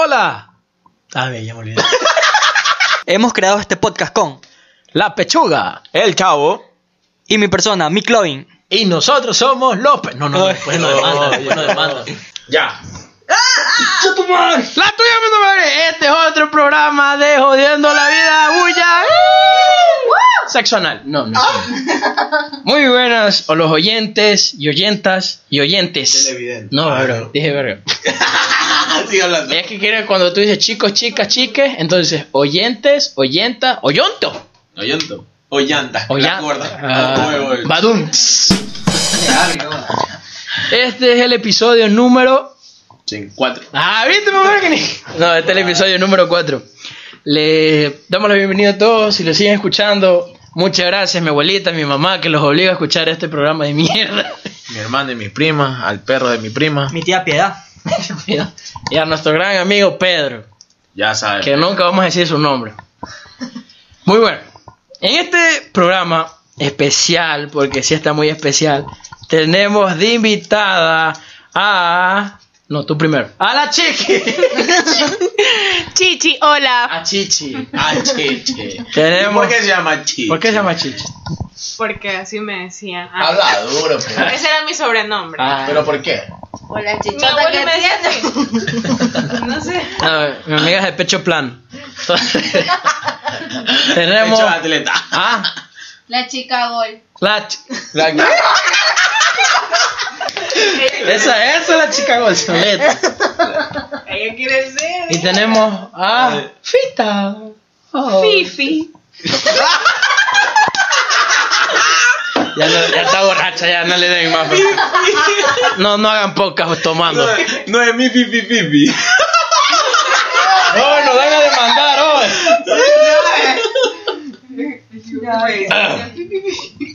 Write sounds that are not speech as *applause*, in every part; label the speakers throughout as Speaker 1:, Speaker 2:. Speaker 1: ¡Hola! Ah, bien, ya me olvidé.
Speaker 2: *laughs* Hemos creado este podcast con
Speaker 1: La Pechuga.
Speaker 3: El Chavo.
Speaker 2: y mi persona, Mick Lovin.
Speaker 1: Y nosotros somos López. No, no, no, después no demanda, después no demanda.
Speaker 3: Ya.
Speaker 1: La tuya me nombré. Este es otro programa de Jodiendo la Vida Bulla. Sexo anal. No, no. Muy buenas, o los oyentes y oyentas y oyentes.
Speaker 3: Televidente.
Speaker 1: No, Eh. bro, dije verga.
Speaker 3: Ah, Sigue hablando.
Speaker 1: Es que quiere cuando tú dices chicos, chicas, chiques, entonces oyentes, oyenta, oyonto.
Speaker 3: Oyonto. Ollanta.
Speaker 1: Oyan-
Speaker 3: La gorda.
Speaker 1: Ah,
Speaker 3: Huevo, el-
Speaker 1: badum. Este es el episodio número
Speaker 3: Sí, Cuatro.
Speaker 1: Ah, ¿viste, mamá? Que ni- No, este es el episodio número 4. Le damos la bienvenida a todos. Si lo siguen escuchando, muchas gracias, mi abuelita, mi mamá, que los obliga a escuchar este programa de mierda. *laughs*
Speaker 3: Mi hermana y mi prima. Al perro de mi prima.
Speaker 2: Mi tía Piedad.
Speaker 1: Y a nuestro gran amigo Pedro,
Speaker 3: Ya sabes.
Speaker 1: que nunca vamos a decir su nombre. Muy bueno. En este programa especial, porque sí está muy especial, tenemos de invitada a. No, tú primero. A la chiqui.
Speaker 4: Chichi, hola.
Speaker 1: A Chichi.
Speaker 3: Ah, chiche.
Speaker 1: Tenemos-
Speaker 3: ¿Y ¿Por qué se llama chiche?
Speaker 1: ¿Por qué se llama Chichi?
Speaker 4: Porque así me decían. Ah,
Speaker 3: Habla duro, pues.
Speaker 4: ese era mi sobrenombre.
Speaker 3: Ah,
Speaker 1: Ah,
Speaker 3: ¿Pero por qué?
Speaker 5: Hola,
Speaker 4: mi
Speaker 5: chichota
Speaker 4: abuelo
Speaker 5: que
Speaker 4: me decía
Speaker 5: tienes.
Speaker 4: así. No sé.
Speaker 1: Ah, mi amiga es de pecho plano. Entonces, tenemos.
Speaker 3: Hecho atleta.
Speaker 1: Ah,
Speaker 5: La chica gol.
Speaker 1: la ch-
Speaker 3: La
Speaker 1: esa, esa es la chica González.
Speaker 4: Ella quiere ser.
Speaker 1: Y tenemos a Fita. Oh.
Speaker 4: Fifi.
Speaker 1: Ya, no- ya está borracha, ya no le den más. pues. No, no hagan pocas tomando.
Speaker 3: No es mi pipi *laughs* pipi.
Speaker 1: No, nos van a demandar hoy. Ah.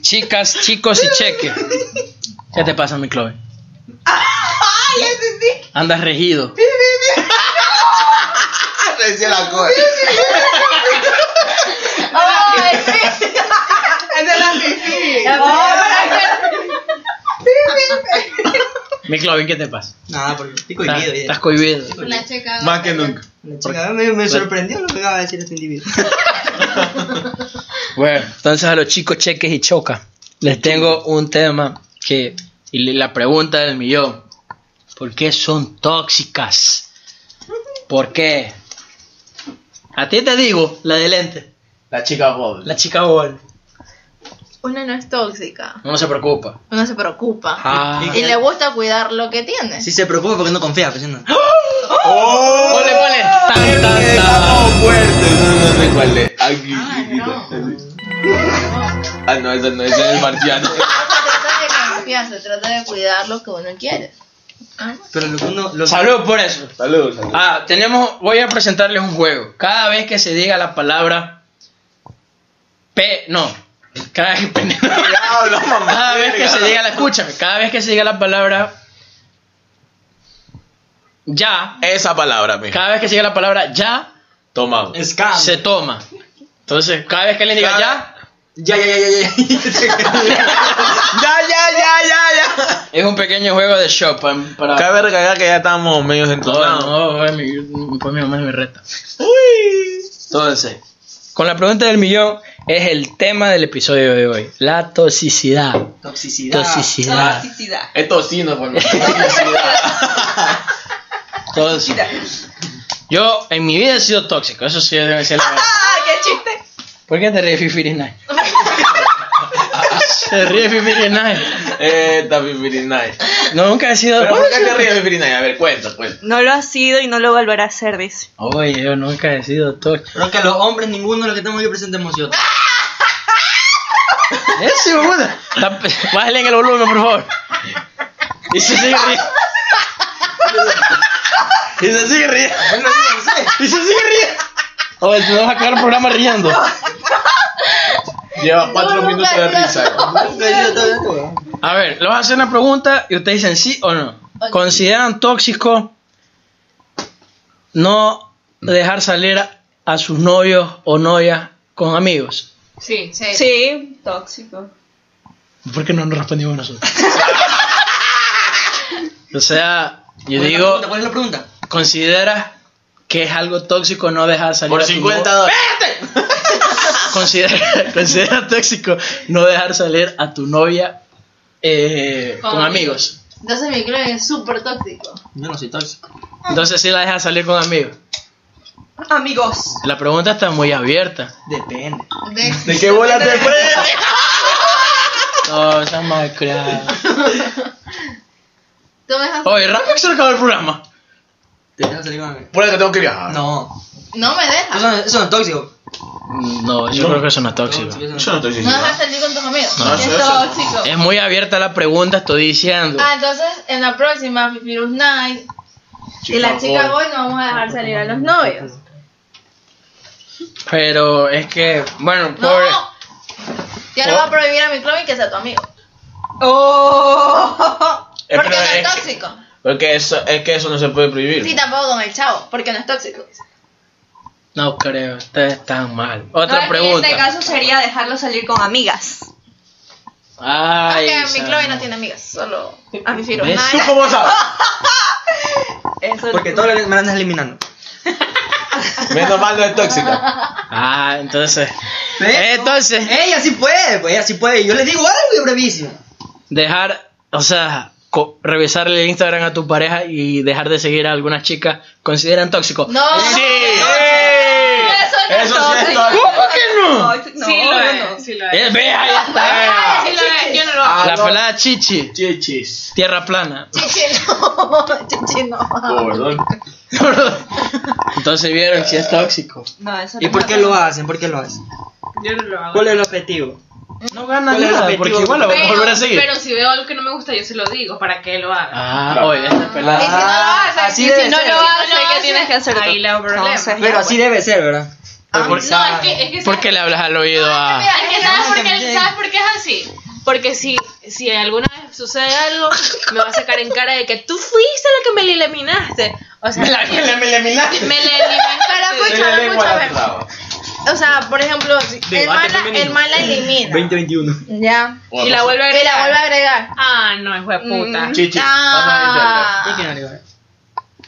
Speaker 1: Chicas, chicos y cheque. ¿Qué te pasa, mi Chloe? Andas regido.
Speaker 3: Dice la cosa.
Speaker 5: *laughs* ¡Ay, sí! ¡Esa es la fifi!
Speaker 1: Mi Chloe, ¿qué te pasa?
Speaker 6: Nada, porque estoy
Speaker 1: Estás,
Speaker 6: cohibido
Speaker 1: estás
Speaker 6: ya.
Speaker 1: cohibido.
Speaker 5: Una chica gol.
Speaker 3: Más que nunca.
Speaker 6: La chica, me, me sorprendió lo que acaba de decir este individuo.
Speaker 1: Bueno, entonces a los chicos cheques y choca. Les tengo un tema que. Y le- la pregunta del millón. ¿Por qué son tóxicas? ¿Por qué? A ti te digo, la de lente.
Speaker 3: La chica Bob.
Speaker 1: La chica bol.
Speaker 5: Una no es tóxica.
Speaker 1: No se preocupa.
Speaker 5: Uno se preocupa.
Speaker 1: Ah.
Speaker 5: Y le gusta cuidar lo que tiene.
Speaker 6: Si se preocupa porque no confía, pues no.
Speaker 3: ¡Oh!
Speaker 1: Ponle, ponle. *laughs* Tan, tan, tan.
Speaker 3: fuerte! No, no sé cuál es. Aquí.
Speaker 5: Ah, no.
Speaker 3: Ah, no, esa no, esa es el marciano.
Speaker 5: Trata de confianza, trata de cuidar lo que uno quiere. Ah, no.
Speaker 6: Pero lo que uno. Lo
Speaker 1: Salud por eso.
Speaker 3: Saludos, saludos.
Speaker 1: Ah, tenemos. Voy a presentarles un juego. Cada vez que se diga la palabra. P. No. Cada vez *laughs* que.
Speaker 3: Habla, mamá.
Speaker 1: Cada vez que se diga la escúchame, cada vez que se diga la palabra ya,
Speaker 3: Esa palabra, mija.
Speaker 1: cada vez que se diga la palabra ya
Speaker 3: Toma.
Speaker 6: Scam.
Speaker 1: se toma. Entonces, cada vez que le diga ya
Speaker 6: Ya, ya, ya, ya, ya.
Speaker 3: Ya, ya, ya, ya, ya.
Speaker 1: es un pequeño juego de shop pa- para
Speaker 3: Cabe recalcar que ya estamos medio
Speaker 1: No,
Speaker 3: entonados.
Speaker 1: no, güey, mi- pues mi mamá me reta. Entonces, con la pregunta del millón es el tema del episodio de hoy, la toxicidad.
Speaker 6: Toxicidad.
Speaker 1: Toxicidad.
Speaker 3: Esto sí nos formó.
Speaker 1: Entonces, yo en mi vida he sido tóxico, eso sí debe ser la verdad.
Speaker 5: ¡Ah, qué chiste!
Speaker 1: ¿Por qué te ríes Fifirinay? Se ríe Fifirinay.
Speaker 3: Esta Fifirinay.
Speaker 1: No, nunca he sido.
Speaker 3: Pero ¿por qué te ríes, Fifirinay? A ver, cuenta, cuenta.
Speaker 4: No lo ha sido y no lo volverá a hacer, dice.
Speaker 1: Oye, yo nunca he sido tóxico.
Speaker 6: Creo que los hombres, ninguno de los que estamos aquí presentes hemos
Speaker 1: *laughs*
Speaker 6: sido. tóxicos.
Speaker 1: Ese boludo. Bájale en el volumen, por favor. Y se sigue riendo. Y se sigue riendo.
Speaker 6: Bueno, sí, no sé.
Speaker 1: Y se sigue riendo. Oye, tú vas a acabar el programa riendo.
Speaker 3: Lleva cuatro
Speaker 5: No,
Speaker 3: minutos de
Speaker 5: nunca,
Speaker 3: risa.
Speaker 5: no.
Speaker 6: Nunca he sido tóxico, weón.
Speaker 1: A ver, les voy a hacer una pregunta y ustedes dicen sí o no.
Speaker 5: Ok.
Speaker 1: ¿Consideran tóxico no dejar salir a, a sus novios o novias con amigos?
Speaker 5: Sí, sí.
Speaker 4: Sí, tóxico.
Speaker 1: ¿Por qué no nos respondimos nosotros? o sea, yo
Speaker 6: ¿Cuál es la
Speaker 1: digo,
Speaker 6: pregunta? ¿Cuál es la pregunta?
Speaker 1: ¿consideras que es algo tóxico no dejar salir
Speaker 3: Por
Speaker 1: a tu
Speaker 3: 50
Speaker 1: novia.
Speaker 3: dólares.
Speaker 1: *laughs* Considera, considera tóxico no dejar salir a tu novia eh,
Speaker 5: Con
Speaker 1: con amigos.
Speaker 5: Entonces mi club es súper tóxico.
Speaker 6: Yo no soy tóxico.
Speaker 1: Entonces, si la dejas salir con amigos.
Speaker 4: Amigos.
Speaker 1: La pregunta está muy abierta.
Speaker 6: Depende.
Speaker 5: De-
Speaker 3: ¿De qué bola te prende?
Speaker 1: No, esa malcriada.
Speaker 5: ¿Tú me dejas-
Speaker 1: Oye, rápido que se le acabó el programa.
Speaker 6: ¿Te dejan salir con
Speaker 3: Por eso tengo que viajar.
Speaker 6: No.
Speaker 5: No me dejas.
Speaker 6: Eso no, eso no es tóxico.
Speaker 1: No, yo creo que eso no es tóxico.
Speaker 6: Tóxico, eso
Speaker 3: Yo
Speaker 6: no-
Speaker 3: no estoy
Speaker 5: No
Speaker 3: diciendo.
Speaker 5: dejas salir con tus amigos.
Speaker 1: No,
Speaker 5: es
Speaker 3: eso- eso-
Speaker 5: tóxico.
Speaker 1: Es muy abierta la pregunta, estoy diciendo.
Speaker 5: Ah, entonces en la próxima Fifirus Night y la chica hoy no vamos a dejar salir a los novios.
Speaker 1: Pero es que, bueno,
Speaker 5: No.
Speaker 1: pobre.
Speaker 5: Ya le voy a prohibir a mi club y que sea tu amigo.
Speaker 4: Oh.
Speaker 3: Eh,
Speaker 5: Porque
Speaker 3: pero
Speaker 5: no es
Speaker 3: es-
Speaker 5: tóxico.
Speaker 3: Porque eso, es que eso no se puede prohibir.
Speaker 5: Sí, tampoco con el chavo, porque no es tóxico.
Speaker 1: No creo, ustedes están mal.
Speaker 4: Ahora
Speaker 1: Otra
Speaker 4: que En este
Speaker 1: pregunta.
Speaker 4: caso sería dejarlo salir con amigas.
Speaker 1: Ay,
Speaker 5: Porque mi
Speaker 1: esa-
Speaker 5: Chloe no tiene amigas, solo a mi Firo.
Speaker 1: ¿Ves?
Speaker 3: ¿Tú cómo sabes?
Speaker 4: Eso
Speaker 6: Porque
Speaker 4: no-
Speaker 6: todo lo que me andas eliminando.
Speaker 3: Menos mal no es tóxica.
Speaker 1: Ah, entonces. eh,
Speaker 6: ¿Ves?
Speaker 1: Entonces,
Speaker 6: Ella sí puede, pues ella sí puede. Yo le digo algo y bravísimo.
Speaker 1: dejar, o sea, co- revisarle el Instagram a tu pareja y dejar de seguir a algunas chicas, ¿consideran tóxico?
Speaker 5: No,
Speaker 1: sí.
Speaker 5: eso no es
Speaker 3: Eso sí es
Speaker 5: tóxico.
Speaker 3: tóxico.
Speaker 1: ¿Por qué no?
Speaker 4: No, no,
Speaker 5: Sí lo
Speaker 4: no,
Speaker 5: es.
Speaker 4: sí lo
Speaker 1: Eh, ve, ahí está.
Speaker 5: Ay, sí lo es, yo no lo hago.
Speaker 3: Ah,
Speaker 1: La
Speaker 3: no.
Speaker 1: pelada chichi,
Speaker 3: Chichis.
Speaker 1: tierra plana.
Speaker 5: Chichi no, *laughs* chichi no.
Speaker 3: Perdón.
Speaker 1: Entonces vieron si es tóxico.
Speaker 4: No, eso
Speaker 6: ¿Y
Speaker 4: no
Speaker 6: por
Speaker 4: es
Speaker 6: qué lo hacen? ¿Por qué lo hacen?
Speaker 4: Yo no lo hago.
Speaker 6: ¿Cuál es el objetivo?
Speaker 1: No gana
Speaker 6: ¿Cuál es el
Speaker 1: nada,
Speaker 6: objetivo?
Speaker 1: porque igual la vamos a volver a seguir.
Speaker 7: si veo algo que no me gusta, yo se lo digo para que lo haga.
Speaker 1: Ah, oye, esta pelada.
Speaker 5: Y si no lo
Speaker 2: Ah,
Speaker 5: haces,
Speaker 6: así
Speaker 5: y
Speaker 6: debe
Speaker 5: si no
Speaker 6: ser.
Speaker 5: lo haces,
Speaker 7: no lo
Speaker 4: ¿qué
Speaker 7: haces,
Speaker 4: tienes que hacer?
Speaker 7: ahí
Speaker 4: tú?
Speaker 7: le hago problema.
Speaker 4: Entonces,
Speaker 6: Pero
Speaker 4: ya,
Speaker 2: pues.
Speaker 6: así debe ser, ¿verdad?
Speaker 1: Pero por-
Speaker 7: No, es que, es que
Speaker 1: ¿Por qué le hablas al oído a.?
Speaker 7: Es que ¿sabes, por
Speaker 6: También.
Speaker 7: qué, ¿Sabes por qué es así? Porque si, si alguna vez sucede algo, me va a sacar en cara de que tú fuiste la que me la eliminaste. O sea, me la, eliminaste.
Speaker 5: Pero escúchame, escúchame. O sea, por ejemplo, si el mal, la- el mal la elimina.
Speaker 6: 2021.
Speaker 5: Ya.
Speaker 7: Y la vuelve a
Speaker 5: Y la vuelve a
Speaker 7: agregar.
Speaker 5: agregar.
Speaker 7: Ah, no, es puta.
Speaker 5: Mm.
Speaker 3: Chichis,
Speaker 5: Ah.
Speaker 6: ¿Y qué no le va a-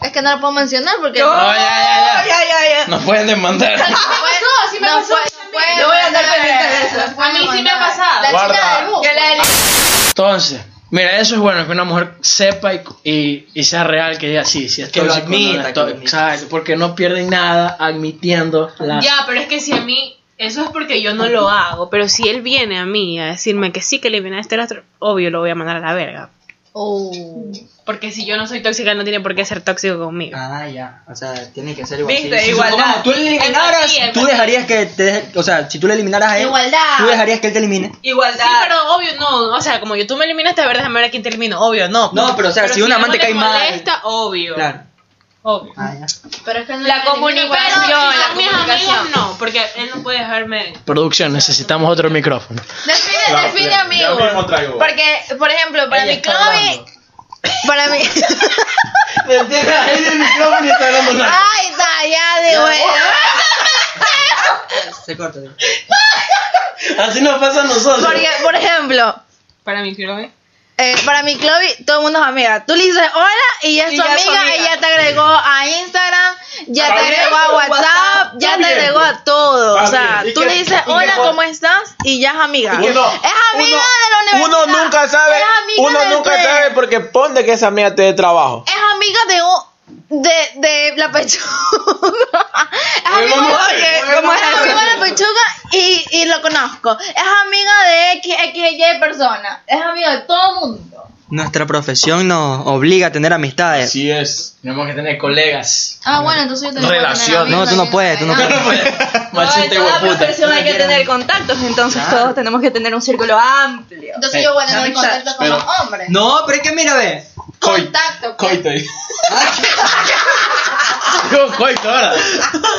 Speaker 5: Es que no lo puedo mencionar porque.
Speaker 1: No, Oh, ya, ya, ya.
Speaker 4: Oh, ya, ya.
Speaker 1: Nos pueden demandar.
Speaker 4: *laughs*
Speaker 7: pasó, Ah, sí me
Speaker 5: no
Speaker 7: pasó
Speaker 5: puede-
Speaker 7: a
Speaker 5: no
Speaker 7: mí.
Speaker 5: puede
Speaker 4: Yo voy a andar
Speaker 5: mandar,
Speaker 4: pendiente de eso.
Speaker 5: no
Speaker 7: A
Speaker 5: puede
Speaker 7: mí sí me ha
Speaker 5: mandar.
Speaker 7: pasado.
Speaker 5: La
Speaker 3: Guarda.
Speaker 5: chica del bus.
Speaker 4: Que la elim-
Speaker 1: Entonces, mira, eso es bueno, que una mujer sepa y, y- y sea real, que diga, sí, sí, es
Speaker 6: Que lo
Speaker 1: tóxico,
Speaker 6: admita,
Speaker 1: no es
Speaker 6: que
Speaker 1: tó-
Speaker 6: lo admita.
Speaker 1: Exacto, porque no pierden nada admitiendo la...
Speaker 7: Ya, pero es que si a mí, eso es porque yo no lo hago, pero si él viene a mí a decirme que sí que eliminaste el astro, obvio lo voy a mandar a la verga.
Speaker 5: Oh.
Speaker 7: Porque si yo no soy tóxica, él no tiene por qué ser tóxico conmigo.
Speaker 6: Ah, ya. O sea, tiene que ser igual.
Speaker 4: Viste,
Speaker 6: Si- si
Speaker 4: igualdad.
Speaker 6: supongamos, tú le eliminaras,
Speaker 7: Empatía,
Speaker 6: tú
Speaker 7: empatía.
Speaker 6: dejarías que te deje- O sea, si tú le eliminaras a él,
Speaker 5: Igualdad.
Speaker 6: tú dejarías que él te elimine.
Speaker 4: Igualdad.
Speaker 7: Sí, pero obvio no, o sea, como yo tú me eliminaste, a ver, déjame ver a quién te elimino, obvio no.
Speaker 6: No, pero o sea, si un
Speaker 7: a
Speaker 6: amante
Speaker 7: uno le
Speaker 6: cae mal-
Speaker 7: molesta, obvio.
Speaker 6: Claro.
Speaker 7: Obvio.
Speaker 6: Ah, ya.
Speaker 5: Pero es que no
Speaker 7: La
Speaker 5: elimina
Speaker 7: comunicación,
Speaker 5: igual.
Speaker 7: a mis amigos no, porque él no puede dejarme.
Speaker 1: Producción, necesitamos otro micrófono.
Speaker 5: Define, define amigo.
Speaker 3: Ya mismo traigo.
Speaker 5: Porque, por ejemplo, para mi Chloe. Para mí.
Speaker 6: Ahí el micrófono está hablando
Speaker 5: Ay, está, ya de
Speaker 6: Se corta. sí.
Speaker 1: Así nos pasa a nosotros.
Speaker 5: Porque, por ejemplo,
Speaker 7: Para mí, quiero ver.
Speaker 5: eh, para mi Chloe, todo el mundo es amiga. Tú le dices hola y ya es
Speaker 4: Y
Speaker 5: tu
Speaker 4: ya es
Speaker 5: amiga,
Speaker 4: tu amiga.
Speaker 5: ella te agregó a Instagram, ya
Speaker 3: Está
Speaker 5: te
Speaker 3: bien,
Speaker 5: agregó a
Speaker 3: pero
Speaker 5: WhatsApp,
Speaker 3: WhatsApp,
Speaker 5: ya
Speaker 3: está
Speaker 5: te
Speaker 3: bien.
Speaker 5: agregó a todo. O
Speaker 3: Está
Speaker 5: sea,
Speaker 3: bien. ¿Y
Speaker 5: tú
Speaker 3: qué-
Speaker 5: le dices
Speaker 3: y qué
Speaker 5: hola,
Speaker 3: por-
Speaker 5: ¿cómo estás? Y ya es amiga.
Speaker 3: Uno-
Speaker 5: es amiga de la
Speaker 3: uno
Speaker 5: universidad.
Speaker 3: nunca sabe,
Speaker 5: Es amiga
Speaker 3: uno
Speaker 5: del
Speaker 3: nunca
Speaker 5: pre.
Speaker 3: sabe porque ponte que esa amiga te dé trabajo.
Speaker 5: es amiga de un- de, de la pechuga. *laughs* es amiga
Speaker 3: vamos a
Speaker 5: de,
Speaker 3: ver,
Speaker 5: ¿cómo
Speaker 3: vamos
Speaker 5: es
Speaker 3: a ver.
Speaker 5: amiga de la pechuga y, y lo conozco. Es amiga de XXY persona. Es amiga de todo mundo.
Speaker 6: Nuestra profesión nos obliga a tener amistades.
Speaker 3: Así es.
Speaker 1: Tenemos que tener colegas.
Speaker 5: Ah, bueno, entonces yo
Speaker 3: también voy a tener Relaciones.
Speaker 6: No, tú no puedes, tú no puedes.
Speaker 1: Machista
Speaker 4: en toda
Speaker 1: hueputa.
Speaker 4: profesión hay que tener contactos, entonces todos tenemos que tener un círculo amplio.
Speaker 5: Entonces yo voy a tener
Speaker 4: Pero-
Speaker 5: contacto con los hombres.
Speaker 6: No, pero es que mira, ve.
Speaker 5: Contacto. con-
Speaker 3: Coito. *laughs*
Speaker 1: Digo, coito ahora.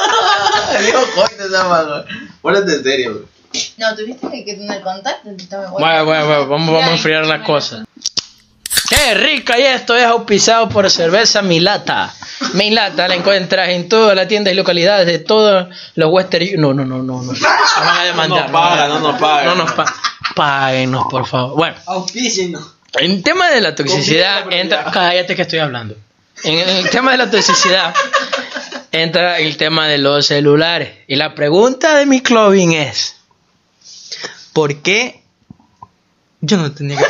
Speaker 3: *laughs* Digo coito esa mano. Ponete en serio. bro.
Speaker 5: No, tuviste que que tener contacto. entonces me voy.
Speaker 1: Bueno, bueno, bueno, vamos, vamos a enfriar las cosas. ¡Qué rica! Y esto es auspiciado por cerveza Milata. Milata la encuentras en todas las tiendas y localidades de todos los Western... No, no, no, no, no. Nos van a
Speaker 3: No
Speaker 1: demandar.
Speaker 3: nos paga, no nos paga.
Speaker 1: No nos pa- Páguenos, por favor. Bueno,
Speaker 6: Auspícienos.
Speaker 1: en tema de la toxicidad, entra. Cállate que estoy hablando. En el tema de la toxicidad, entra el tema de los celulares. Y la pregunta de mi Clovin es: ¿Por qué?
Speaker 2: Yo no
Speaker 1: *laughs*
Speaker 2: tenía que.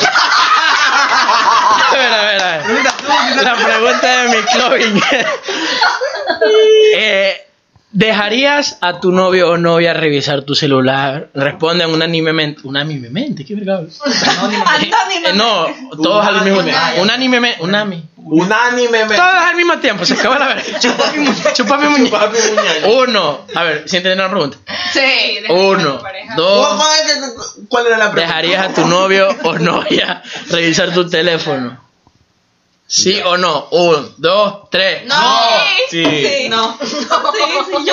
Speaker 1: A ver, a ver, a ver. La pregunta de mi Clovin es: eh, ¿Dejarías a tu novio o novia revisar tu celular? Respondan unánimemente. ¿Unánimemente? ¿Qué verga hablas? Eh, no, todos al mismo tiempo. Unánimemente. Unami.
Speaker 3: Unánimemente.
Speaker 1: Todos al mismo tiempo, se acabó la verga. Chupa mi muñeca. Chupa mi muñeca. Uno. A ver, si entienden la pregunta.
Speaker 7: Sí.
Speaker 1: Uno, dos.
Speaker 3: ¿Cuál era la pregunta?
Speaker 1: ¿Dejarías a tu novio o novia revisar tu teléfono? ¿Sí o no? Un, dos, tres.
Speaker 3: Sí.
Speaker 4: No. *laughs* Sí, sí, yo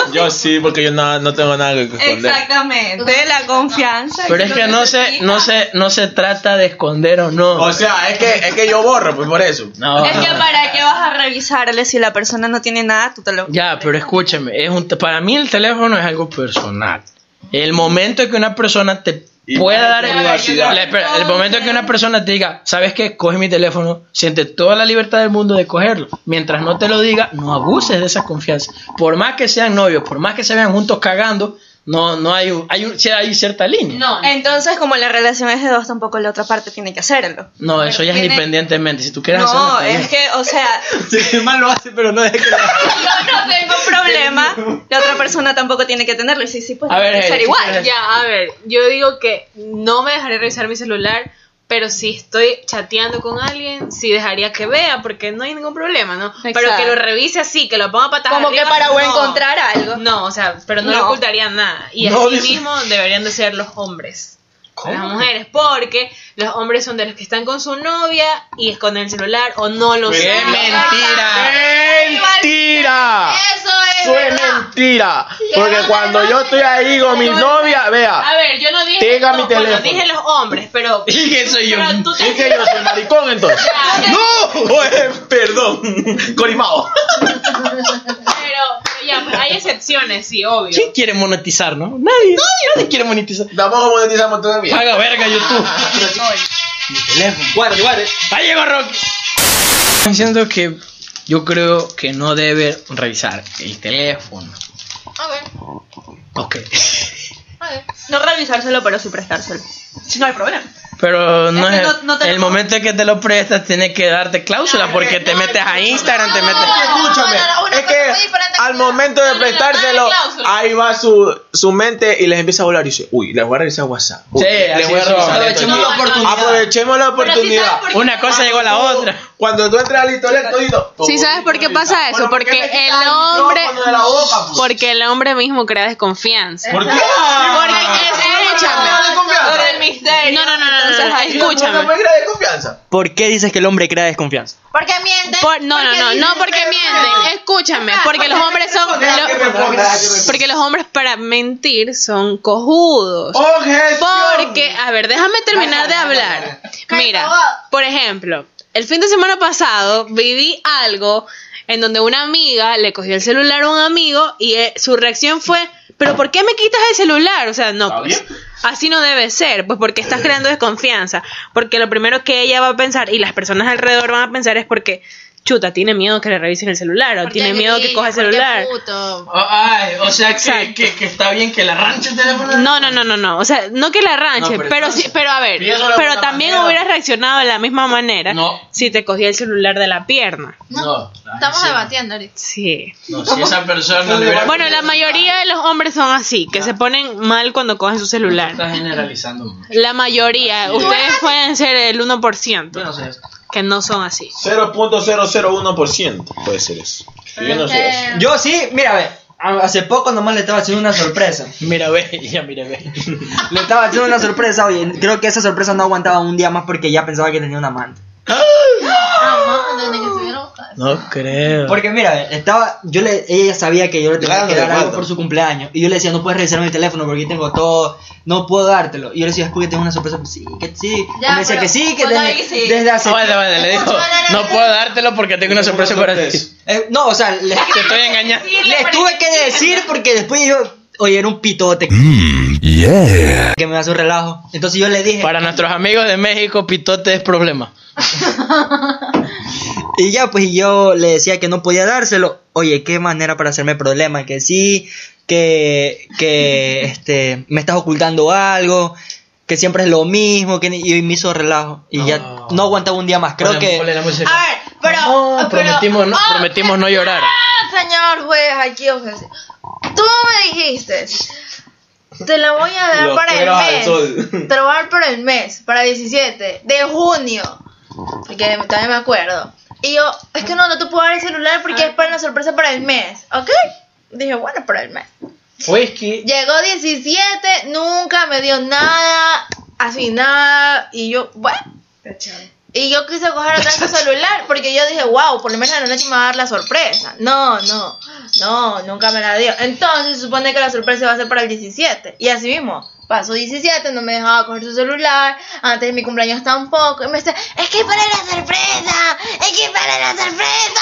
Speaker 4: sí.
Speaker 3: Yo sí, porque yo no, no tengo nada que esconder.
Speaker 4: Exactamente, la confianza.
Speaker 1: Pero es que no se, no se, no se trata de esconder o no.
Speaker 3: O sea, es que, es que yo borro, pues
Speaker 4: *laughs*
Speaker 3: por eso.
Speaker 1: No.
Speaker 4: Es que para qué vas a revisarle si la persona no tiene nada, tú te lo.
Speaker 1: Ya, pero escúchame, es un te- para mí el teléfono es algo personal. El momento que una persona te
Speaker 3: Y
Speaker 1: pueda
Speaker 3: más
Speaker 1: dar
Speaker 3: privacidad.
Speaker 1: La- espera, el momento que una persona te diga, ¿sabes qué? Coge mi teléfono, siente toda la libertad del mundo de cogerlo. Mientras no te lo diga, no abuses de esa confianza. Por más que sean novios, por más que se vean juntos cagando, no no hay un- hay un- sí hay cierta línea. No,
Speaker 7: No,
Speaker 4: Entonces, como la relación es de dos, tampoco la otra parte tiene que hacerlo.
Speaker 1: eso ya es
Speaker 4: tiene-
Speaker 1: independientemente, si tú quieres hacerlo,
Speaker 4: No,
Speaker 1: está bien.
Speaker 4: es que, o sea,
Speaker 2: El mal lo hace, pero no deja que
Speaker 4: no tengo problema. La otra persona tampoco tiene que tenerlo. Y sí, sí, pues
Speaker 1: A ver,
Speaker 4: tiene que ser
Speaker 1: Heidi,
Speaker 4: igual.
Speaker 7: ya, a ver, yo digo que no me dejaré revisar mi celular, pero si estoy chateando con alguien, sí dejaría que vea, porque no hay ningún problema, ¿no? Pero que lo revise así, que lo ponga patas
Speaker 4: Como que
Speaker 7: arriba,
Speaker 4: para o
Speaker 7: no.
Speaker 4: encontrar algo.
Speaker 7: No, o sea, pero no, le
Speaker 4: No.
Speaker 7: ocultaría nada. Y
Speaker 3: No,
Speaker 7: así
Speaker 3: dice-
Speaker 7: mismo deberían de ser los hombres. Las mujeres, porque los hombres son de los que están con su novia y esconden el celular o no lo
Speaker 1: ¡Qué
Speaker 7: sacan.
Speaker 4: Ah.
Speaker 1: mentira! ¡Mentira!
Speaker 7: Eso es
Speaker 3: Eso es
Speaker 7: verdad.
Speaker 3: mentira. Porque cuando yo estoy ahí con mi novia, vea,
Speaker 4: Ah,
Speaker 7: A ver, yo no dije.
Speaker 3: Tenga mi
Speaker 7: no, bueno,
Speaker 3: teléfono.
Speaker 7: dije los hombres, pero.
Speaker 1: *laughs* ¿Y que soy yo?
Speaker 7: Pero tú te-
Speaker 3: dije yo soy maricón entonces. *laughs* ¡No! Oye, perdón, Corimao.
Speaker 7: Pero, ya, pues hay excepciones, sí, obvio.
Speaker 1: ¿Quién quiere monetizar, no? Nadie, nadie quiere monetizar.
Speaker 3: Tampoco monetizamos todavía.
Speaker 1: Haga verga YouTube.
Speaker 2: Guarde, guarde.
Speaker 1: ¡Ahí llegó Rocky! Diciendo que yo creo que no debe revisar el teléfono.
Speaker 7: Ok,
Speaker 1: Ok.
Speaker 7: ok.
Speaker 4: No revisárselo, pero sí prestárselo. Si no hay problema.
Speaker 1: Pero no
Speaker 4: Es que
Speaker 1: es.
Speaker 4: no- no te
Speaker 1: el
Speaker 4: lo-
Speaker 1: momento en que te lo prestas, tiene que darte cláusula porque te metes a Instagram, te metes.
Speaker 3: Escúchame, es que al momento de
Speaker 7: no, no, no,
Speaker 3: prestárselo,
Speaker 7: no hay cláusula.
Speaker 3: ahí va su, su mente y les empieza a volar y dice, uy, les voy a revisar WhatsApp. Uy,
Speaker 1: Sí,
Speaker 3: les
Speaker 1: así
Speaker 3: voy a
Speaker 1: es.
Speaker 3: revisar
Speaker 1: Aprovechemos
Speaker 3: esto".
Speaker 7: la oportunidad.
Speaker 3: Aprovechemos la
Speaker 7: Pero sí sabes
Speaker 3: oportunidad.
Speaker 7: por qué
Speaker 1: Una cosa llegó a la otra.
Speaker 3: Cuando tú entras al historial todito.
Speaker 7: Sí, ¿sabes por qué pasa eso?
Speaker 3: Bueno, ¿por qué
Speaker 7: Porque
Speaker 3: me quitas
Speaker 7: el
Speaker 3: el
Speaker 7: hombre.
Speaker 3: micrófono de la boca, pues?
Speaker 7: Porque el hombre mismo crea desconfianza.
Speaker 3: ¿Por qué?
Speaker 7: Porque, escúchame.
Speaker 3: ¿De confianza?
Speaker 4: Por el misterio.
Speaker 7: No, no, no, no, no,
Speaker 4: Entonces,
Speaker 7: no,
Speaker 4: ahí-
Speaker 7: escúchame.
Speaker 3: ¿No me crees de confianza?
Speaker 2: ¿Por qué dices que el hombre crea desconfianza?
Speaker 5: Porque mienten.
Speaker 7: Por- no, no, no,
Speaker 5: dicen
Speaker 7: no
Speaker 5: que
Speaker 7: porque
Speaker 5: no.
Speaker 7: mienten. Escúchame, porque los hombres son.
Speaker 3: Deja que
Speaker 7: lo-
Speaker 3: Ah, me ponga, deja que me ponga.
Speaker 7: porque los hombres para mentir son cojudos.
Speaker 3: Objeción.
Speaker 7: Porque, a ver, déjame terminar de hablar. Mira, por ejemplo, el fin de semana pasado viví algo en donde una amiga le cogió el celular a un amigo y eh, su reacción fue, pero ¿por qué me quitas el celular? O sea, no, pues, así no debe ser, pues porque estás creando desconfianza, porque lo primero que ella va a pensar y las personas alrededor van a pensar es porque, chuta, tiene miedo que le revisen el celular o tiene miedo que coja el celular.
Speaker 1: Ah, Ay, o sea
Speaker 7: Exacto.
Speaker 1: está bien que la ranche el teléfono.
Speaker 7: No, no, no, no, no. O sea, no que la ranche,
Speaker 1: No, pero
Speaker 7: pero, sí, pero a ver,
Speaker 1: Pienso de
Speaker 7: pero
Speaker 1: alguna
Speaker 7: también
Speaker 1: manera.
Speaker 7: hubieras reaccionado de la misma manera
Speaker 1: No.
Speaker 7: si te cogía el celular de la pierna.
Speaker 1: No.
Speaker 5: Estamos debatiendo ahorita.
Speaker 7: Sí.
Speaker 1: No, si esa persona le hubiera-
Speaker 7: Bueno, la mayoría de los hombres son así, que se ponen mal cuando cogen su celular.
Speaker 1: Está generalizando. man.
Speaker 7: La mayoría, ustedes pueden ser el 1%
Speaker 1: Yo no sé eso.
Speaker 7: que no son así.
Speaker 3: 0.001% puede ser eso. Yo no sé eso.
Speaker 2: Yo sí, mira, ve. a- Hace poco nomás le estaba haciendo una sorpresa.
Speaker 1: Mira, ve, *laughs* ya mira, ve.
Speaker 2: Le estaba haciendo una sorpresa, oye. Creo que esa sorpresa no aguantaba un día más porque ya pensaba que tenía un amante.
Speaker 5: Donde que estuvieron buscando.
Speaker 1: No creo.
Speaker 2: Porque mira, ve, estaba, yo le, ella sabía que yo le tenía
Speaker 3: Claro,
Speaker 2: que
Speaker 3: le
Speaker 2: dar algo
Speaker 3: falta.
Speaker 2: por su cumpleaños. Y yo le decía, no puedes revisar mi teléfono porque tengo todo, no puedo dártelo. Y yo le decía, es porque tengo una sorpresa. Pues sí, que sí.
Speaker 5: Ya,
Speaker 2: Y me decía
Speaker 5: pero-
Speaker 2: que sí, que
Speaker 5: pues,
Speaker 2: desde,
Speaker 5: ahí sí.
Speaker 2: desde hace.
Speaker 1: Ah, Vale, vale, le dijo, no puedo dártelo porque tengo una sorpresa para ti.
Speaker 2: Eh, no, o sea, le,
Speaker 5: *laughs*
Speaker 1: Te estoy engañando.
Speaker 2: les tuve que decir porque después yo, oye, era un pitote que me hace un relajo. Entonces yo le dije,
Speaker 1: Para nuestros amigos de México, pitote es problema.
Speaker 2: Y ya, pues y yo le decía que no podía dárselo. Oye, qué manera para hacerme problema, que sí, que, que *laughs* este, me estás ocultando algo, que siempre es lo mismo, que, ni- y me hizo relajo. Y ya
Speaker 1: No.
Speaker 2: no aguantaba un día más, creo
Speaker 1: Ponle-
Speaker 2: que...
Speaker 1: ponle la música.
Speaker 4: Ah,
Speaker 5: A ver, pero.
Speaker 1: No,
Speaker 5: pero-
Speaker 1: prometimos no-
Speaker 5: ¡Oh,
Speaker 1: prometimos no llorar.
Speaker 5: ah, señor juez, aquí ofrece. Tú me dijiste. Te la voy a dar
Speaker 3: Los
Speaker 5: para el
Speaker 3: cueros al
Speaker 5: mes.
Speaker 3: sol.
Speaker 5: *laughs* Te la voy a dar para el mes, para el 17 de junio. Porque también me acuerdo. Y yo, es que no, no te puedo dar el celular porque es para la sorpresa para el mes. ¿Ok? Dije, bueno, para el mes.
Speaker 1: Whisky.
Speaker 5: Llegó 17, nunca me dio nada, así nada, y yo, bueno. Y yo quise coger atrás su celular porque yo dije, wow, por lo menos en la noche me va a dar la sorpresa. No, no, no, nunca me la dio. Entonces se supone que la sorpresa va a ser para el 17. Y así mismo, pasó 17, no me dejaba coger su celular, antes de mi cumpleaños tampoco. Y me decía, es que para la sorpresa, es que para la sorpresa.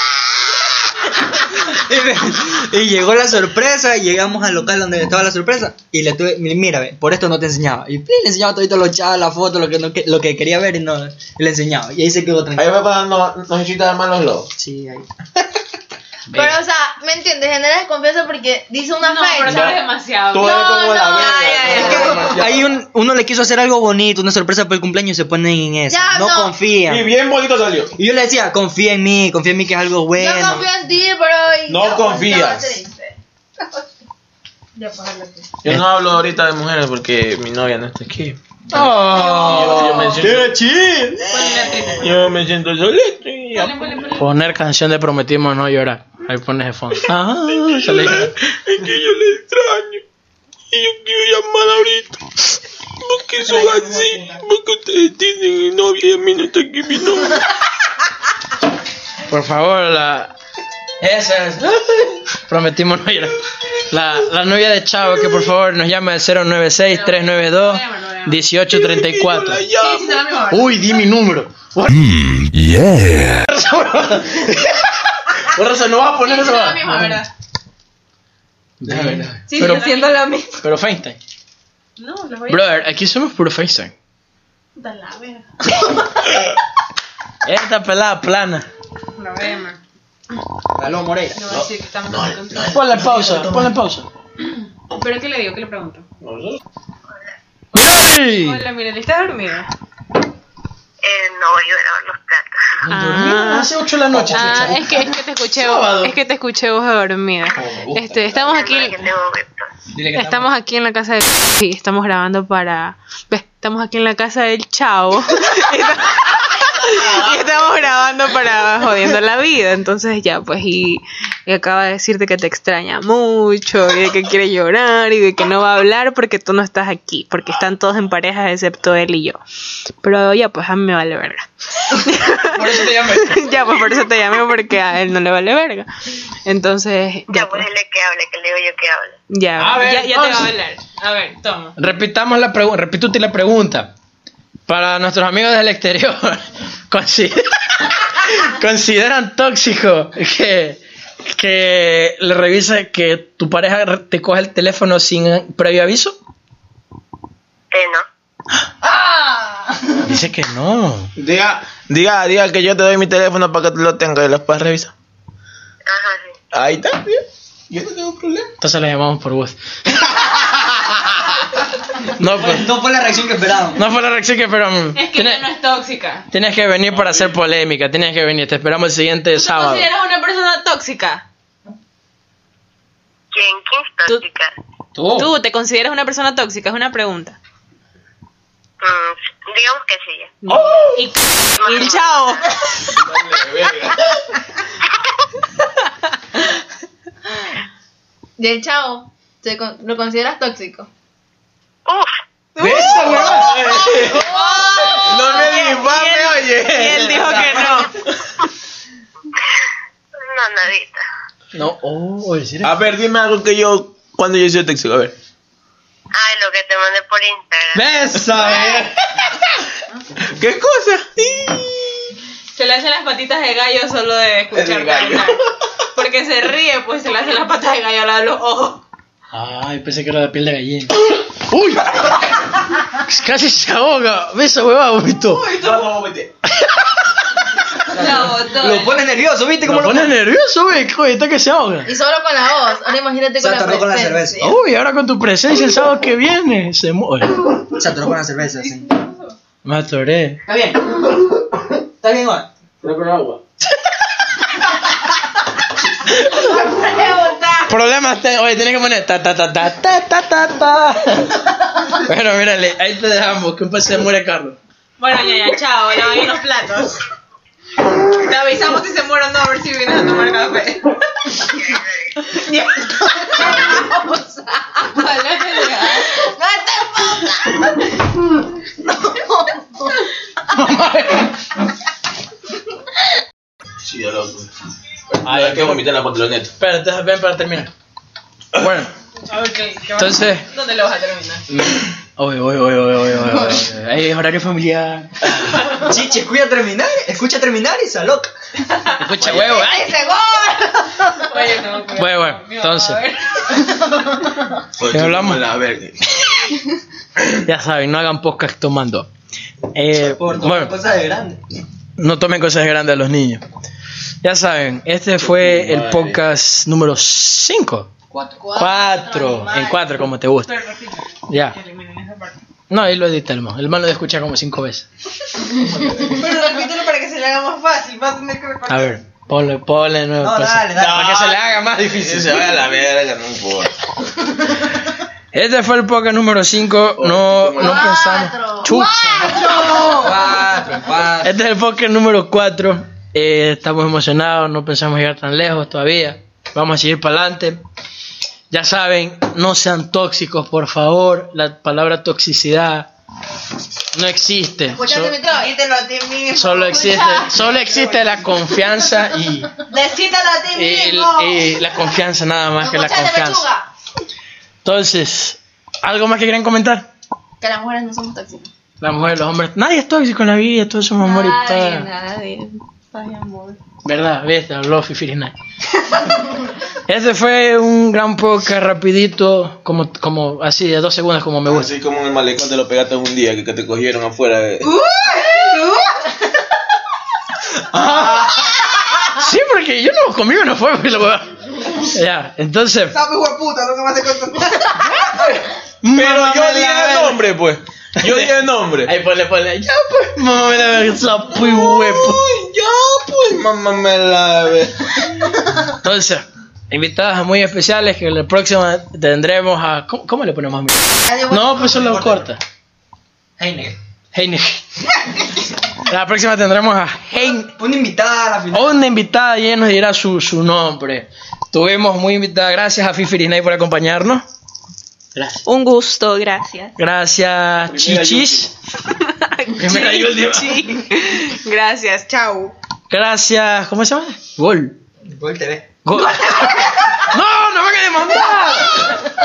Speaker 2: *laughs* y, llegó la sorpresa, y llegamos al local donde estaba la sorpresa y le tuve, mi- mira, ve, por esto no te enseñaba. Y plin, le enseñaba todito los chavos, la foto, lo que, no que- lo que quería ver y no y le enseñaba. Y ahí se quedó
Speaker 3: Ahí
Speaker 2: tranquilo.
Speaker 3: me pasan no, nos hechita de malos lobos.
Speaker 2: Sí, ahí.
Speaker 5: Pero, o sea, ¿me entiendes? Genera desconfianza porque dice una
Speaker 7: No, pero
Speaker 5: fecha.
Speaker 7: sabes demasiado.
Speaker 3: Tú
Speaker 5: No,
Speaker 3: eres como la
Speaker 5: no,
Speaker 3: verga,
Speaker 5: ya, ya,
Speaker 3: tú eres
Speaker 5: ya.
Speaker 3: demasiado.
Speaker 2: Ahí un- uno le quiso hacer algo bonito, una sorpresa para el cumpleaños y se ponen en eso.
Speaker 5: Ya,
Speaker 2: no,
Speaker 3: Y
Speaker 5: no.
Speaker 2: confían.
Speaker 3: bien bonito salió.
Speaker 2: Y yo le decía, confía en mí, confía en mí que es algo bueno.
Speaker 5: Yo confío en ti, pero. y
Speaker 3: No
Speaker 5: yo
Speaker 3: confías.
Speaker 5: estaba triste. Ya, pues, habla tú.
Speaker 3: Yo no hablo ahorita de mujeres porque mi novia no está aquí.
Speaker 1: Oh.
Speaker 3: Yo me siento, yo me siento solito. y ya.
Speaker 1: Poner canción de Prometimos no llorar. Ahí pones de fondo. Ah, se le dijo.
Speaker 3: Es que yo le extraño. Y yo quiero llamar ahorita. Porque son así. Porque ustedes tienen novia y a mí no está aquí mi novia.
Speaker 1: Por favor, la. Esa es. Prometimos no llorar. La, la novia de Chavo, que por favor nos llame al 096-392-1834. Uy, di mi número.
Speaker 8: Yeah.
Speaker 1: Por eso no vas a poner eso. Ah,
Speaker 4: Sí,
Speaker 1: Pero-
Speaker 4: sigue siendo la misma.
Speaker 1: Pero FaceTime.
Speaker 4: No, lo voy
Speaker 1: Brother, aquí somos puro FaceTime.
Speaker 4: a la verga.
Speaker 1: Esta pelada plana.
Speaker 4: Problema.
Speaker 2: Aló, Moreira.
Speaker 4: No voy a decir que estamos en contacto.
Speaker 1: Ponle pausa, ponle pausa.
Speaker 7: ¿Pero qué le digo? ¿Qué le pregunto?
Speaker 1: ¡Ey!
Speaker 7: Hola, Mirel, ¿estás dormida?
Speaker 1: Dormimos hace 8 de la noche.
Speaker 7: Ah, es que, es que te escuché
Speaker 1: Sábado.
Speaker 7: es que te escuché vos dormida. Este, estamos aquí
Speaker 1: Dile que
Speaker 7: estamos aquí en la casa de sí, estamos grabando para ve, estamos aquí en la casa del chavo. *laughs* y estamos grabando para jodiendo la vida, entonces ya pues y, y acaba de decirte que te extraña mucho, y de que quiere llorar y de que no va a hablar porque tú no estás aquí, porque están todos en parejas excepto él y yo. Pero ya pues a mí me vale verga.
Speaker 1: Por eso te llamé.
Speaker 7: *laughs* ya, pues por eso te llamé, porque a él no le vale verga. Entonces, ya, pues.
Speaker 1: A
Speaker 7: Ya,
Speaker 1: ver,
Speaker 7: ya, ya te va a
Speaker 1: entonces.
Speaker 7: hablar. A ver, toma.
Speaker 1: Repitamos la pregunta, repito útil la pregunta. Para nuestros amigos del exterior, *laughs* consi- *laughs* ¿consideran tóxico que, que le revise que tu pareja re- te coge el teléfono sin previo aviso? Que no. Dice que no.
Speaker 3: Diga, diga, diga que yo te doy mi teléfono para que tú lo tengas y los puedas revisar. Ajá, Ahí está, tío. Yo no tengo problema.
Speaker 1: Entonces le llamamos por voz. *laughs* No, pues,
Speaker 2: No fue la reacción que esperábamos.
Speaker 1: no fue la reacción que esperamos.
Speaker 7: Es que
Speaker 1: Tienes,
Speaker 7: ella no es tóxica.
Speaker 1: tienes que venir para hacer polémica, tienes que venir. Te esperamos el siguiente
Speaker 7: ¿Tú te
Speaker 1: sábado.
Speaker 7: consideras una persona tóxica?
Speaker 9: ¿Quién? ¿Quién es
Speaker 7: Tú-
Speaker 9: tóxica?
Speaker 1: Tú.
Speaker 7: ¿Tú te consideras una persona tóxica? Es una pregunta.
Speaker 9: Mm, digamos que sí. ya.
Speaker 7: Y, y el *laughs* chavo.
Speaker 5: Y el chavo, ¿te con- ¿lo consideras tóxico?
Speaker 9: Uf,
Speaker 3: No me difame,
Speaker 7: Y
Speaker 3: oye.
Speaker 7: él dijo que no.
Speaker 9: no, nadita.
Speaker 1: No, oh, oye, ¿sí eres?
Speaker 3: A ver, dime algo que yo. Cuando yo soy tóxico, a ver.
Speaker 9: Ay, lo que te mandé por Instagram.
Speaker 1: Bésame.
Speaker 3: ¿Qué cosa?
Speaker 7: *laughs* Se le hacen las patitas de gallo solo de escuchar
Speaker 3: gallo.
Speaker 7: cantar. Porque se ríe, pues se le hacen las patas de gallo al lado de los ojos.
Speaker 1: Ay, pensé que era de piel de gallina. ¡Uy! Casi se ahoga. Besa, huevado, vomito.
Speaker 3: No, no, vete.
Speaker 4: La botó.
Speaker 2: Lo pone nervioso, ¿viste?
Speaker 1: Lo
Speaker 2: ¿Cómo
Speaker 1: pones nervioso, güey. Coño, está que se ahoga.
Speaker 5: Y solo con la voz. Ahora imagínate
Speaker 2: Se
Speaker 5: con la
Speaker 2: atoró con la cerveza.
Speaker 5: presencia.
Speaker 1: Uy, ahora con tu presencia el sábado que viene. Se muere.
Speaker 2: Se atoró con la cerveza, sí.
Speaker 1: Me atoré.
Speaker 2: Está bien. Está bien, Juan.
Speaker 6: Pero con agua.
Speaker 1: Problemas, te- oye, tienes que poner ta ta ta ta ta ta ta ta. Bueno, mírale, ahí te dejamos. Que un pase muere Carlos.
Speaker 7: Bueno, ya, ya, chao. Lavan los platos. Te avisamos si se muere o no, a ver si vienes a
Speaker 4: *laughs*
Speaker 7: tomar café.
Speaker 3: Sí, ya loco. Ay, hay Ah, que vomitar la pantaloneta.
Speaker 1: Espérate, ven para terminar. Bueno, entonces.
Speaker 7: ¿Dónde lo vas a terminar?
Speaker 1: Oye, oye, oye, oye, oye, oye, oye. Ahí es eh, horario familiar.
Speaker 2: Chichi, escucha terminar, escucha terminar y se aloca.
Speaker 1: Escucha, huevo. Ay,
Speaker 7: Oye, no, pero-
Speaker 1: Bueno, bueno,
Speaker 7: mi mamá,
Speaker 1: entonces.
Speaker 7: a ver.
Speaker 3: Pues
Speaker 1: ¿Qué hablamos?
Speaker 3: A *laughs* ver,
Speaker 1: Ya saben, no hagan podcast tomando. Eh,
Speaker 2: Por
Speaker 1: bueno.
Speaker 2: cosas de grande.
Speaker 1: No tomen cosas grandes a los niños. Ya saben, este fue el podcast número 5. 4. En 4, como te gusta. Ya. No, ahí lo edita el man. El man lo escucha como 5 veces.
Speaker 6: Pero repítelo para que se le haga más fácil. Va a tener que
Speaker 1: A ver, ponle, ponle nuevo.
Speaker 2: No, dale, dale.
Speaker 1: Para que se le haga más
Speaker 3: Si
Speaker 1: difícil.
Speaker 3: se va a la verga, no importa.
Speaker 1: Este fue el podcast número 5. No, no pensamos. Chucha.
Speaker 2: Cuatro, cuatro.
Speaker 1: Este es el podcast número 4. estamos emocionados, no pensamos llegar tan lejos todavía. Vamos a seguir para adelante. Ya saben, no sean tóxicos, por favor. La palabra toxicidad no existe.
Speaker 4: Pues
Speaker 1: So-
Speaker 5: Escuchaste mi troll.
Speaker 6: Repítelo a ti mismo.
Speaker 1: solo existe,
Speaker 4: *laughs*
Speaker 1: solo existe la confianza y,
Speaker 5: Decítalo a ti
Speaker 1: y-
Speaker 5: mismo.
Speaker 1: y la confianza nada más que la
Speaker 5: Escuchaste,
Speaker 1: confianza.
Speaker 5: pechuga.
Speaker 1: Entonces, ¿algo más que quieran comentar?
Speaker 5: Que las mujeres no somos tóxicas.
Speaker 1: Las mujeres, los hombres, nadie es tóxico en la vida, todos somos amor y
Speaker 4: Nadie,
Speaker 1: paz.
Speaker 4: nadie. Ay, amor.
Speaker 1: ¿Verdad? ¿Viste? Habló Fifirinay. *laughs* Ese fue un gran podcast rapidito, como, como así, de dos segundos, como me gusta.
Speaker 3: Así como en el malecón te lo pegaste un día que, que te cogieron afuera. eh.
Speaker 1: Uh, Sí, porque yo no, conmigo no fue, pues, la huevada. Ya, entonces.
Speaker 6: Sabe, hijo de puta, nunca más te
Speaker 1: *laughs*
Speaker 6: contó.
Speaker 3: Pero
Speaker 1: mamá
Speaker 3: yo
Speaker 1: la
Speaker 3: dije el
Speaker 1: verga.
Speaker 3: nombre, pues. Yo dije el *laughs* nombre.
Speaker 1: Ahí ponle, ponle. Ya, pues, mamá, me la verga, sapo y huepo.
Speaker 3: Ya, pues, mamá me la ve.
Speaker 1: Entonces, invitadas muy especiales que la próxima tendremos a. ¿Cómo, cómo le ponemos a mi? No, pues solo corta.
Speaker 2: Heine.
Speaker 1: Heine. La próxima tendremos a Heine.
Speaker 2: Una invitada a la final.
Speaker 1: Una invitada y ella nos dirá su, su nombre. Tuvimos muy invitada. Gracias a Fifi Rinay por acompañarnos. Gracias.
Speaker 4: Un gusto, gracias.
Speaker 1: Gracias, Chichis. *laughs* Primera y última.
Speaker 7: Gracias, chao.
Speaker 1: Gracias, ¿cómo se llama? Gol.
Speaker 2: Gol TV.
Speaker 1: *laughs* Gol. ¡No! ¡No van a demandar!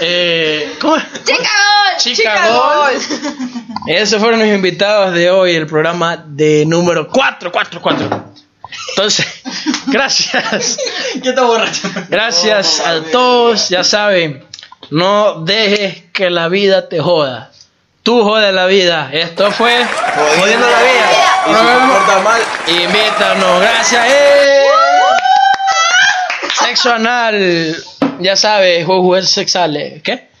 Speaker 1: Eh, ¿Cómo es?
Speaker 5: ¡Chica gol!
Speaker 1: Chica Gol. Esos fueron los invitados de hoy, el programa de número 444. Entonces, *laughs* gracias.
Speaker 2: Yo estaba borracho.
Speaker 1: Gracias a todos, ya saben, no dejes que la vida te joda. Tú jodes la vida. Esto fue Jodiendo la Vida.
Speaker 3: Y si
Speaker 1: Nos
Speaker 3: se
Speaker 1: vemos.
Speaker 3: porta mal,
Speaker 1: Invítanos, gracias. ¡eh! Sexo anal, ya sabes, juegos sexuales. ¿Qué?